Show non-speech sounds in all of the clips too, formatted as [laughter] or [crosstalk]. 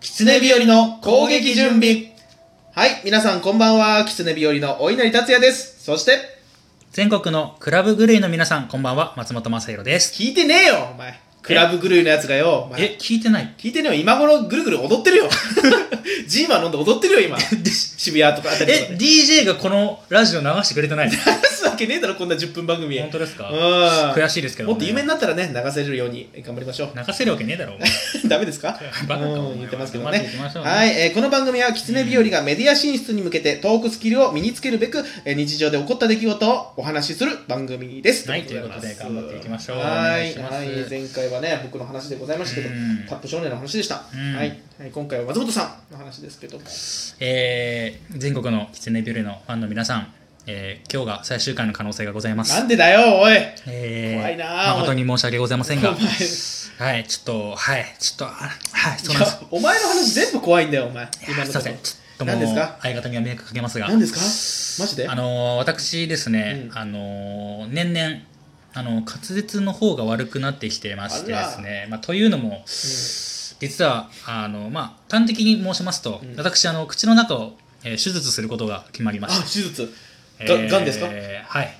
キツネ日和の攻撃準備。はい、皆さんこんばんは。キツネ日和のお稲荷達也です。そして、全国のクラブグルイの皆さんこんばんは松本雅宏です聞いてねえよ、お前。クラブ狂いのやつがよ、お前。え聞いてない聞いてねえよ、今頃ぐるぐる踊ってる [laughs] よ。ジーマ飲んで踊ってるよ、今。渋谷とかあたりとかえで。 DJ がこのラジオ流してくれてない本出すわけねえだろ、こんな10分番組。うん。当ですか悔悔しいですけど、もっと有名になったらね、流せるように頑張りましょう。流せるわけねえ [laughs] だろお前ダメですか [laughs] バカかお前うはん言ってますけど頑張ねっていきましょうねはい、えーこの番組は狐日和がメディア進出に向けてトークスキルを身につけるべく、えー日常で起こった出来事をお話しする番組ですはいということで頑張っていきましょうはいお願いしますはい前回はね僕の話でございましたけどうんタップ少年の話でした、うんはい、はい今回は松本さんの話ですけどもえー全国のキツネビルのファンの皆さん、えー今日が最終回の可能性がございまなすんでだよおいえー怖いなあ誠に申し訳ございませんがお前はいちょっとはいちょっとあはいそういなんですやお前の話全部怖いんだよお前い今やのすといまこせんちょっとも何うですか相方には迷惑かけますが何ですかマジであのー私ですね、うんあのー年々あのー滑舌の方が悪くなってきてましてですね、まあ、というのも実はあの、まあ、端的に申しますと、うん私あの口の中を、えー手術することが決まりまあし手術たががんですか [laughs] えーはい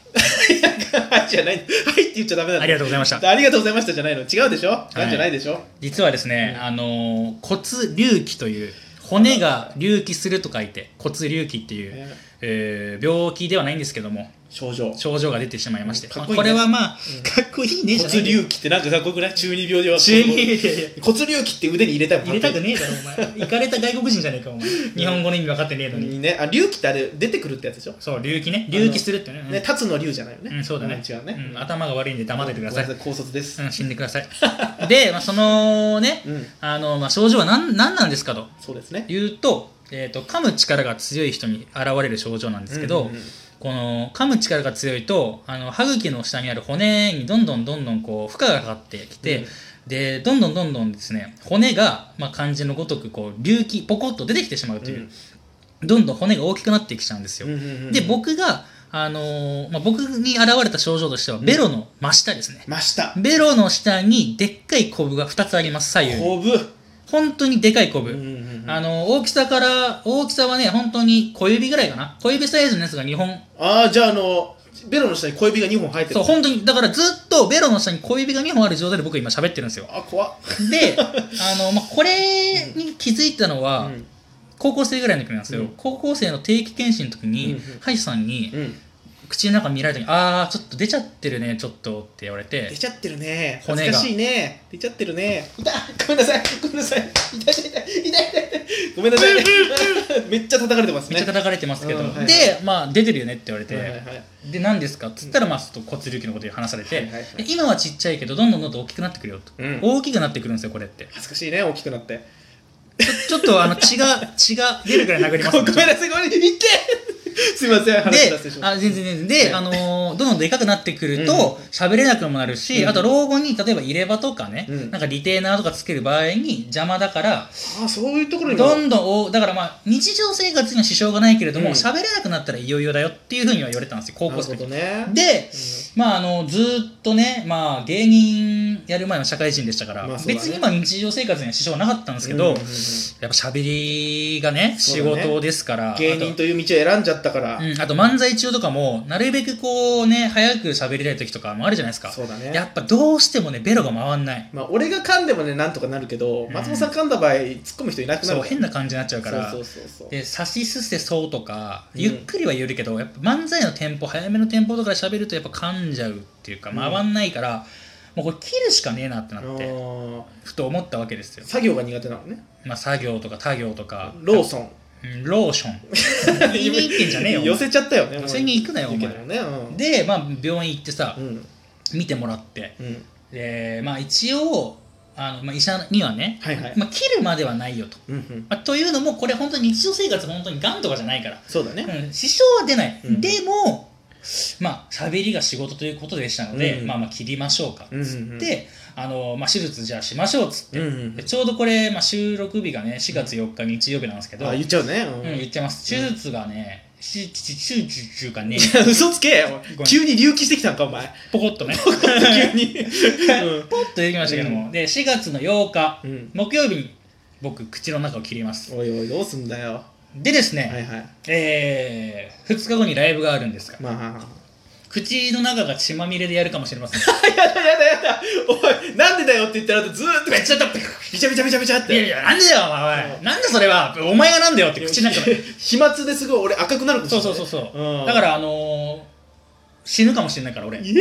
はいじゃないはいって言っちゃダメなんだありがとうございましたありがとうございましたじゃないの違うでしょ、なんじゃないでしょ実はですね、うんあのー骨隆起という骨が隆起すると書いて骨隆起っていう、ええー病気ではないんですけどもー症状症状が出てしまいまして、かっまこあいいねこれはまあ、うんかっこいいねじゃな骨い隆起ってなんかかっこよくない中二病 [laughs] では中二 [laughs] いやいや骨隆起って腕に入れたいもん入れたくねえだろお前行かれた外国人じゃねえかお前日本語の意味分かってねえのに、にねあ隆起ってあれ出てくるってやつでしょ、そう隆起ね隆起するってね,うん、ね立つの隆じゃないよね、うんそうだね,、ん違うね、うん頭が悪いんで黙っててください、ごめん高卒です、うん、死んでくださいで、まあ、そのね、うんあのまあ、症状は何何なんですかとそうですね言うと,、えー、と噛む力が強い人に現れる症状なんですけど、うんうんうんこの噛む力が強いとあの歯茎の下にある骨にどんどんどんどんこう負荷がかかってきて、うんでどんどんどんどんですね骨が、まあ、漢字のごとくこう隆起ポコッと出てきてしまうという、どんどん骨が大きくなってきちゃうんですよ。うんうんうんで僕が、あのーまあ、僕に現れた症状としてはベロの真下ですね、真下ベロの下にでっかいコブが2つあります左右にこぶ、本当にでかいコブ、うんうんうんあの大きさから大きさはね本当に小指ぐらいかな小指サイズのやつが2本ああじゃああのベロの下に小指が2本生えてるそう本当にだからずっとベロの下に小指が2本ある状態で僕今喋ってるんですよあ怖っ [laughs] であの、まあ、これに気づいたのは、うん高校生ぐらいの時なんですよ、うん高校生の定期検診の時に、うんうん歯医者さんに、うん口の中見られた時に「あーちょっと出ちゃってるねちょっと」って言われて出ちゃってるね恥骨ずがかしいね出ちゃってるね痛いごめんなさいごめんなさい痛い痛い痛い痛い痛い痛いごめんなさいめっちゃ叩かれてますめねっちゃ叩かれてますけど、うんはいで、まあ、出てるよねって言われて、はいはいはいで何ですかっつったら、まあ、ちょっと骨隆起のことで話されて、はいはいはいで今はちっちゃいけどどんどんどんどん大きくなってくるよと、うん大きくなってくるんですよこれって恥ずかしいね大きくなってちょっとあの血が血が出るぐらい殴りまごす [laughs] めんなさいごめんなさい痛いすいません話出してしでまっあ全然全然で、あのーどんどんでかくなってくると喋れなくもなるし、うんあと老後に例えば入れ歯とかね、うんなんかリテーナーとかつける場合に邪魔だからたあそういうところにもどんどんおだからまあ日常生活には支障がないけれどうんも喋、れなくなったらいよいよだよっていうふうには言われたんですよ高な校るほ生の時どねで、うまああのずーっとね、まあ、芸人やる前は社会人でしたから、まあそうだね別に今日常生活には支障はなかったんですけど、うんうんうやっんぱ喋りがねそ仕うだね事ですから芸人という道を選んじゃったかあらと,、うん、あと漫才中とかもなるべくこうね早く喋りたい時とかもあるじゃないですか、そうだねやっぱどうしてもねベロが回んないまあ俺が噛んでもねなんとかなるけどん松本さん噛んだ場合突っ込む人いなくなそるう変な感じになっちゃうからそうそうそうそうで「さしすせそう」とかうんゆっくりは言えるけど、やっぱ漫才のテンポ早めのテンポとかで喋るとやっぱ噛んじゃうっていうかうん回んないから、もうこれ切るしかねえなってなあってーふと思ったわけですよ、作業が苦手なのねまあ、作業とか他行とかローソンうんローシ [laughs] ョン言いに行ってんじゃねえよお前寄せちゃったよね寄せに行くなよお前いいけどねうんで、まあ、病院行ってさうん見てもらってうんで、まあ、一応あの、まあ、医者にはね、はいはいまあ、切るまではないよと、うんうんまあ、というのもこれ本当に日常生活本当にがんとかじゃないからそうだねうん支障は出ない、うんでもまあ喋りが仕事ということでしたので、うんまあまあ切りましょうかうんうんつうんって、あのまあ、手術じゃあしましょうっつって、うんうんでちょうどこれ、まあ、収録日がね4月4日日曜日なんですけど、あうん言っちゃうね言っちゃいます手術がねしちちちゅうちゅうちゅうかねうん嘘つけおいごめん急に隆起してきたんかお [laughs] 前ポコッとね急 [laughs] にうんポッと出てきましたけども、で4月の8日うん木曜日に僕口の中を切りますおいおいどうすんだよでですね、はいはいえー、2日後にライブがあるんですが、まあ [laughs] 口の中が血まみれでやるかもしれま [laughs] せんやだやだやだおいなんでだよって言ったらずーっとめっちゃだっビチャビチャビチャビチャっいやいてやなんでだよお前おいなんでそれはお前がなんだよって口の中で飛沫ですごい俺赤くなるかもしそれうないそうそうそう、うんだからあのー、死ぬかもしれないから俺もええ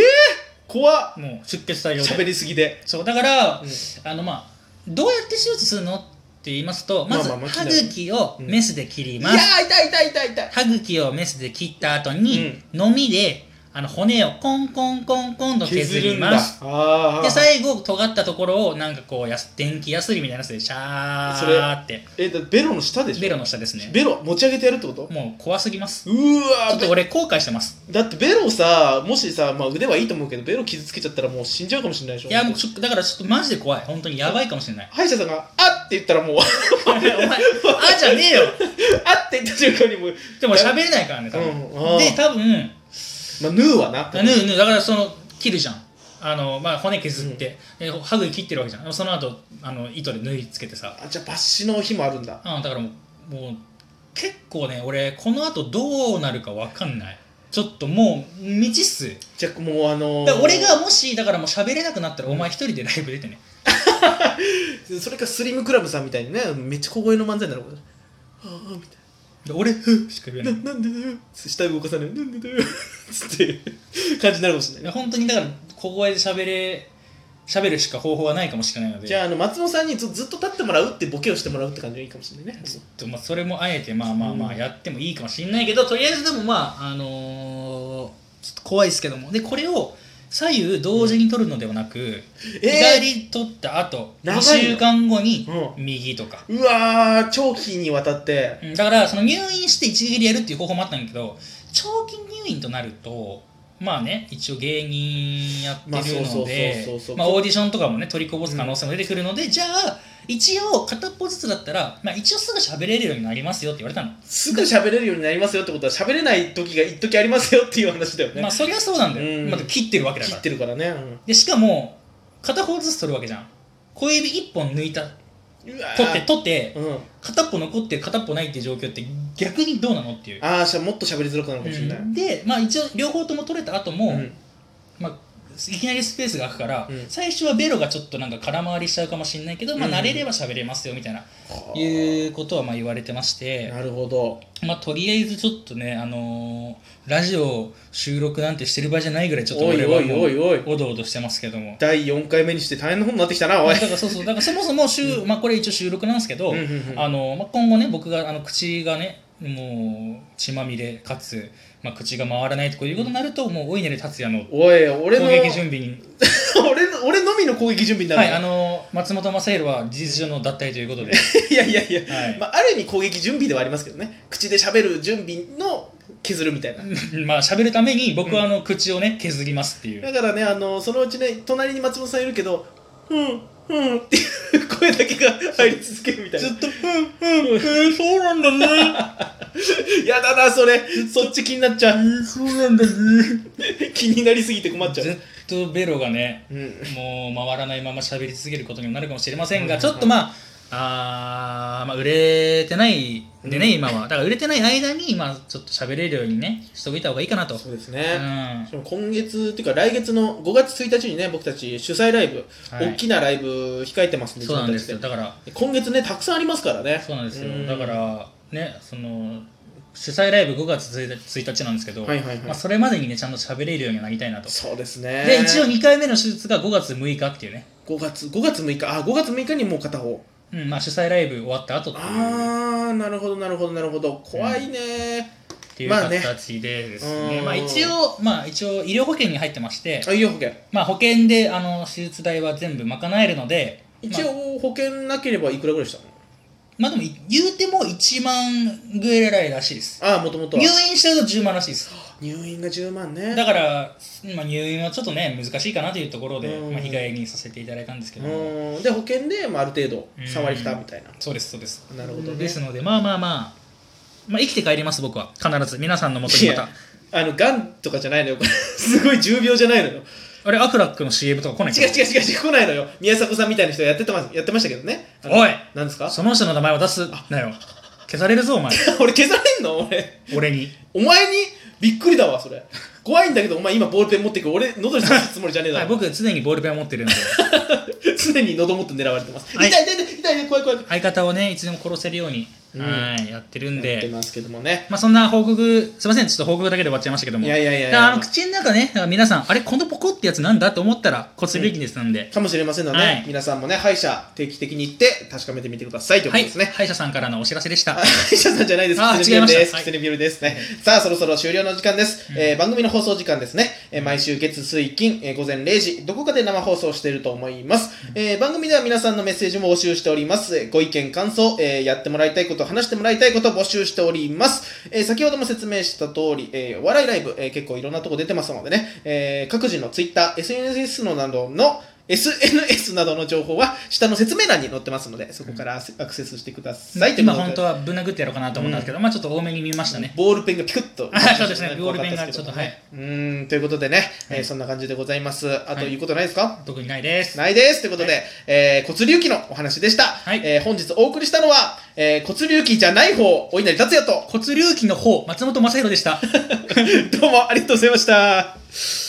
怖っう出血作用喋でりすぎでそうだから、うんあのまあどうやって手術するのって言いますとまずまあまあまあ歯茎をメスで切りいまやす、ー痛い痛い痛い痛い歯茎をメスで切った後に、のみであの骨をコンコンコンコンと削りますああで最後尖ったところをなんかこうやす電気やすりみたいなやつでシャーってえだってベロの下でしょベロの下ですねベロ持ち上げてやるってこともう怖すぎますうーちょわっとー俺後悔してますだってベロさもしさ、まあ、腕はいいと思うけどベロ傷つけちゃったらもう死んじゃうかもしれないでしょいやもうちょっとだからちょっとマジで怖い本当にやばいかもしれない歯医者さんが「あっ!」って言ったらもう [laughs] [laughs] お前あじゃねえよあって言った瞬間にもうでも喋れないからね多うんあー分で多分まあヌーはなぬうぬうだからその切るじゃんあのまあ骨削って、で歯茎切ってるわけじゃんでもその後あの糸で縫い付けてさあじゃあ抜歯の日もあるんだあだからもうもう結構ね俺この後どうなるかわかんないちょっともう未知数じゃあもうあのーだから俺がもしだからもう喋れなくなったらお前一人でライブ出てねそれかスリムクラブさんみたいにねめっちゃ小声の漫才になることああみたで俺ふっしか言えないいななんでだよ下動かさないなんでだよつって感じになるかもしれないで本当にだから小声で喋れ喋るしか方法はないかもしれないのでじゃああの松本さんにずずっと立ってもらうってボケをしてもらうって感じがいいかもしれないねちょっとまあそれもあえてまあまあまあうんやってもいいかもしれないけど、とりあえずでもまああのーちょっと怖いですけどもでこれを左右同時に取るのではなく、え左取った後長2い週間後にう右とか、ー、うわー長期にわたってうんだからその入院して一撃でやるっていう方法もあったんだけど長期入院となるとまあね一応芸人やってまあそるうそうそのうでそうそうまあオーディションとかもね取りこぼす可能性も出てくるので、じゃあ一応片っぽずつだったら、まあ、一応すぐ喋れるようになりますよって言われたの、すぐ喋れるようになりますよってことは喋れない時が一時ありますよっていう話だよね、まあそりゃそうなんだよ、うんまあ切ってるわけだか切らってるからね、うんでしかも片方ずつ取るわけじゃん小指1本抜いたうわー取って取ってうん、片っぽ残ってる片っぽないっていう状況って逆にどうなのっていう、ああじゃあもっと喋りづらくなるかもしれない、うんでまあ一応両方とも取れた後も、うんまあ、いきなりスペースが空くから、うん最初はベロがちょっとなんか空回りしちゃうかもしれないけど、まあ、うん慣れれば喋れますよみたいな、はあいうことはまあ言われてまして、なるほどまあ、とりあえずちょっとね、あのーラジオ収録なんてしてる場合じゃないぐらいちょっとおい俺おはいもおいうおいおどおどしてますけども。第4回目にして大変なことになってきたなおいだからそうそうだからそもそも収、まあ、これ一応収録なんですけど、うんうんうんあのまあ、今後ね僕があの口がねもう血まみれかつ、まあ、口が回らないとこういうことになると、もうお稲荷達也のおい俺の攻撃準備に [laughs] 俺の俺のみの攻撃準備になはるい、あな、の松本正弘は事実上の脱退という [laughs] ことで、いやいやいや、はいまあ、ある意味攻撃準備ではありますけどね口で喋る準備の削るみたいなまあ喋るために僕はあの口をね削りますっていう。だからねあのそのうちね隣に松本さんいるけど「うんうん」っていう声だけが入り続けるみたいなずっと、うん、うん、うん、そうなんだね。やだなそれそっち気になっちゃうそうなんだね。気になりすぎて困っちゃずう、っとベロがね、うん、もう回らないまま喋り続けることにもなるかもしれませんが、うんちょっとまあ、あーまあ、売れてないんでね、うん今は。だから売れてない間に、まあ、ちょっと喋れるようにね、しといた方がいいかなと。そううですね、んし。かも今月っていうか来月の5月1日にね僕たち主催ライブ、はい大きなライブ控えてますんでそうなんですよ。自分ただから、ちで今月ねたくさんありますからねそうなんですよ、んだからねその主催ライブ5月1日1日なんですけど、はいはいはいまあ、それまでにねちゃんと喋れるようになりたいなと、そうですねで一応2回目の手術が5月6日っていうね、 5月5月6日あ5月6日にもう片方うんまあ、主催ライブ終わった後っていうああなるほどなるほどなるほど怖いね、っていうまあね形でですね,、うんまあ一応まあ一応医療保険に入ってまして、あ医療保険まあ、保険であの手術代は全部賄えるので一まあ応保険なければいくらぐらいでしたのまあでも言うても1万ぐらいらしいですああもともと入は院してると10万らしいです入院が10万ねだから、まあ、入院はちょっとね難しいかなというところで、うんまあ、日帰りにさせていただいたんですけうどもーんで保険で、まあ、ある程度うん3割負担みたいなそうですそうですなるほどねですのでまあまあまあ、まあ、生きて帰ります僕は必ず皆さんのもとにまいた [laughs] あのがんとかじゃないのよこれすごい重病じゃないのよあれ、アフラックの CM とか来ない違う違う違う違う、来ないのよ。宮迫さんみたいな人やってたまやってましたけどね。あのおいなんですか [laughs] その人の名前は出すなよ。消されるぞ、お前。俺消されんの俺。俺に。お前にびっくりだわ、それ。怖いんだけど、お前今ボールペン持ってく俺、喉に刺すつもりじゃねえだはろ。い、僕、常にボールペンを持って [laughs] るんで、常に喉元狙われてます。痛はいい痛い痛い痛い怖い怖い。相方をね、いつでも殺せるように、うんはい、やってるんやってで、ますけどもね。まあ、そんな報告、すいません、ちょっと報告だけで終わっちゃいましたけどいも。やいやいやだいからやあの口の中ね、だから皆さん、あれ、このポコってやつなんだと思ったら、こするべきですなんで、かもしれませんので、はい皆さんもね、歯医者定期的に行って確かめてみてくださいということはい、ですね。歯医者さんからのお知らせでした。あ歯医者さんじゃないです。あキツネビオルです。違いましたはいキツネビオルですね。さあ、そろそろ終了の時間です。えー番組の放送時間ですね。えー毎週月、水、金、えー午前0時、どこかで生放送していると思います。えー番組では皆さんのメッセージも募集しております。えーご意見、感想、えーやってもらいたいこと、話してもらいたいこと募集しております。えー先ほども説明した通り、えーお笑いライブ、えー結構いろんなとこ出てますのでね、えー各自のツイッター、SNS のなどの SNS などの情報は下の説明欄に載ってますので、そこからアクセスしてください。という今、ことで本当はぶん殴ってやろうかなと思ったんですけど、まあ、ちょっと多めに見ましたね。ボールペンがピクッと。。あそうですねボールペンがちょっとはいうーん、ということでね、はえーいそんな感じでございます。あとはいいうことないですか、特にないです。ないですということで、はえー、骨隆起のお話でした。いえー本日お送りしたのは、えー、骨隆起じゃない方、お稲荷達也と、 [laughs] 骨隆起の方、松本正弘でした。どうもありがとうございました。